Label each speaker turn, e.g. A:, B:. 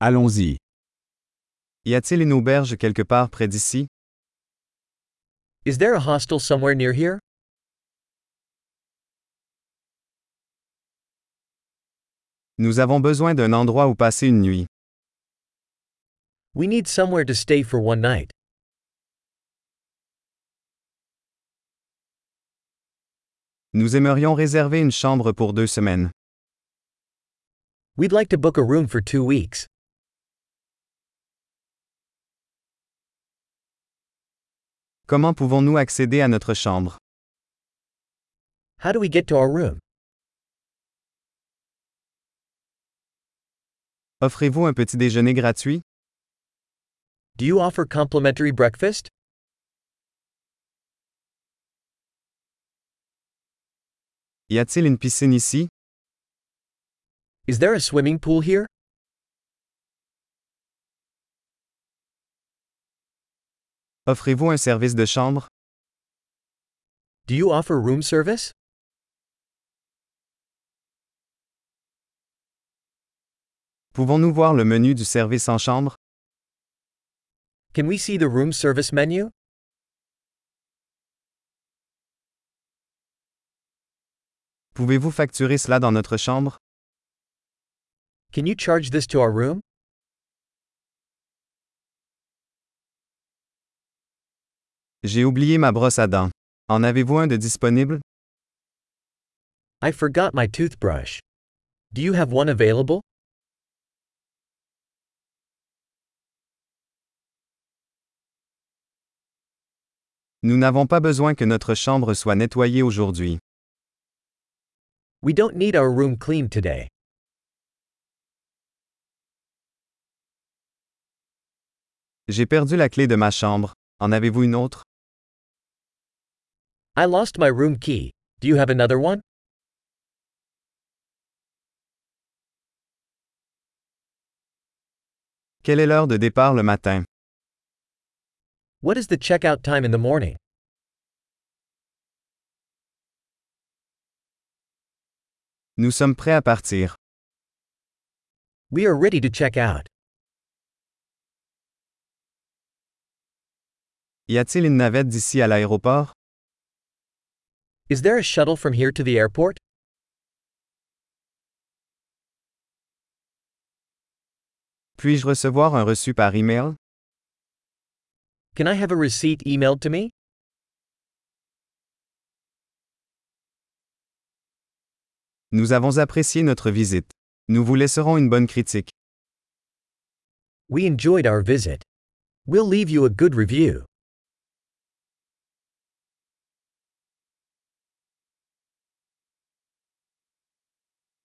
A: Allons-y.
B: Y a-t-il une auberge quelque part près d'ici?
C: Is there a hostel somewhere near here?
B: Nous avons besoin d'un endroit où passer une nuit.
C: We need somewhere to stay for one night.
B: Nous aimerions réserver une chambre pour deux semaines.
C: We'd like to book a room for two weeks.
B: Comment pouvons-nous accéder à notre chambre?
C: How do we get to our room?
B: Offrez-vous un petit déjeuner gratuit?
C: Do you offer complimentary breakfast?
B: Y a-t-il une piscine ici?
C: Is there a swimming pool here?
B: Offrez-vous un service de chambre?
C: Do you offer room service?
B: Pouvons-nous voir le menu du service en chambre?
C: Can we see the room service menu?
B: Pouvez-vous facturer cela dans notre chambre?
C: Can you charge this to our room?
B: J'ai oublié ma brosse à dents. En avez-vous un de disponible?
C: I forgot my toothbrush. Do you have one available?
B: Nous n'avons pas besoin que notre chambre soit nettoyée aujourd'hui.
C: We don't need our room cleaned today.
B: J'ai perdu la clé de ma chambre. En avez-vous une autre?
C: I lost my room key. Do you have another one?
B: Quelle est l'heure de départ le matin?
C: What is the checkout time in the morning?
B: Nous sommes prêts à partir.
C: We are ready to check out.
B: Y a-t-il une navette d'ici à l'aéroport?
C: Is there a shuttle from here to the airport?
B: Puis-je recevoir un reçu par email?
C: Can I have a receipt emailed to me?
B: Nous avons apprécié notre visite. Nous vous laisserons une bonne critique.
C: We enjoyed our visit. We'll leave you a good review.